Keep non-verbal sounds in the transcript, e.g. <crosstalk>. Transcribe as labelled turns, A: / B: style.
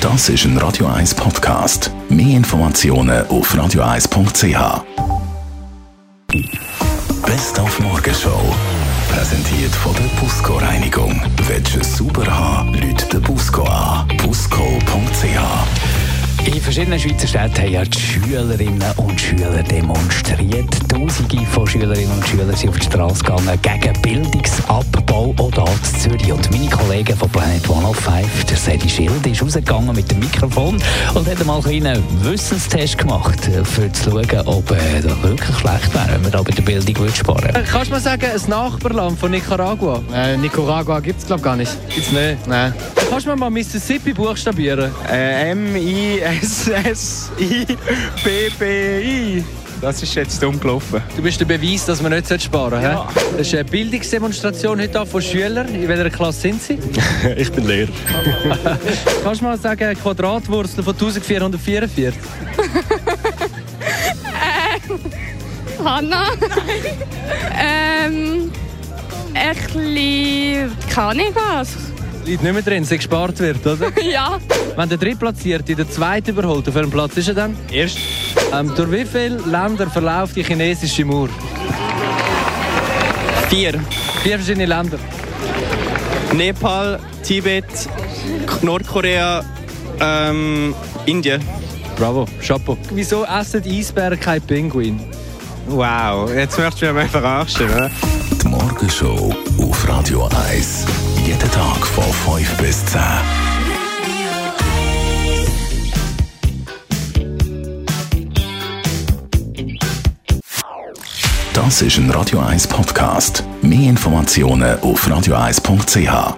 A: Das ist ein Radio 1 Podcast. Mehr Informationen auf radio1.ch. Best auf Morgenshow. Präsentiert von der Busco Reinigung. Welches super haben, Leute der Busco an. Busco.ch.
B: In verschiedenen Schweizer Städten haben ja die Schülerinnen und Schüler demonstriert. Tausende von Schülerinnen und Schülern sind auf die Straße gegangen gegen Bildungsabbau oder in Zürich. Und meine Kollegen von Planet 105, der Sedi Schild, ist rausgegangen mit dem Mikrofon und hat mal einen kleinen Wissenstest gemacht, äh, für zu schauen, ob äh, das wirklich schlecht wäre, wenn man da bei der Bildung würde sparen würde.
C: Kannst du mal sagen, das Nachbarland von Nicaragua?
D: Äh, Nicaragua gibt's glaub gar nicht.
C: Gibt's nicht.
D: Nein.
C: Kannst du mir mal Mississippi buchstabieren?
D: Äh, M-I-S-S-I-B-B-I. Das ist jetzt dumm gelaufen.
C: Du bist der Beweis, dass man nicht sparen sollte. Ja. Das ist eine Bildungsdemonstration heute Abend von Schülern. In welcher Klasse sind
D: <laughs>
C: sie?
E: Ich bin Lehrer.
C: <laughs> Kannst du mal sagen, Quadratwurzel von 1444?
F: Hanna. <laughs> ähm, ein bisschen, keine Ahnung was.
C: Liegt nicht mehr drin, dass gespart wird,
D: <laughs>
C: oder?
F: Ja,
C: Wenn der Drittplatzierte den Zweiten überholt, auf welchem Platz ist er dann?
D: Erst
C: Ähm, durch wie viele Länder verläuft die chinesische Mauer?
D: vier.
C: Vier verschiedene Länder.
D: Nepal, Tibet, K- Nordkorea, ähm, Indien.
C: Bravo, Chapeau. Wieso essen Eisbären kein Pinguin?
D: Wow, jetzt möchtest du mich verarschen, oder?
A: Die Morgenshow auf Radio 1. Jeden Tag von 5 bis 10. Das ist ein Radio 1 Podcast. Mehr Informationen auf radio1.ch.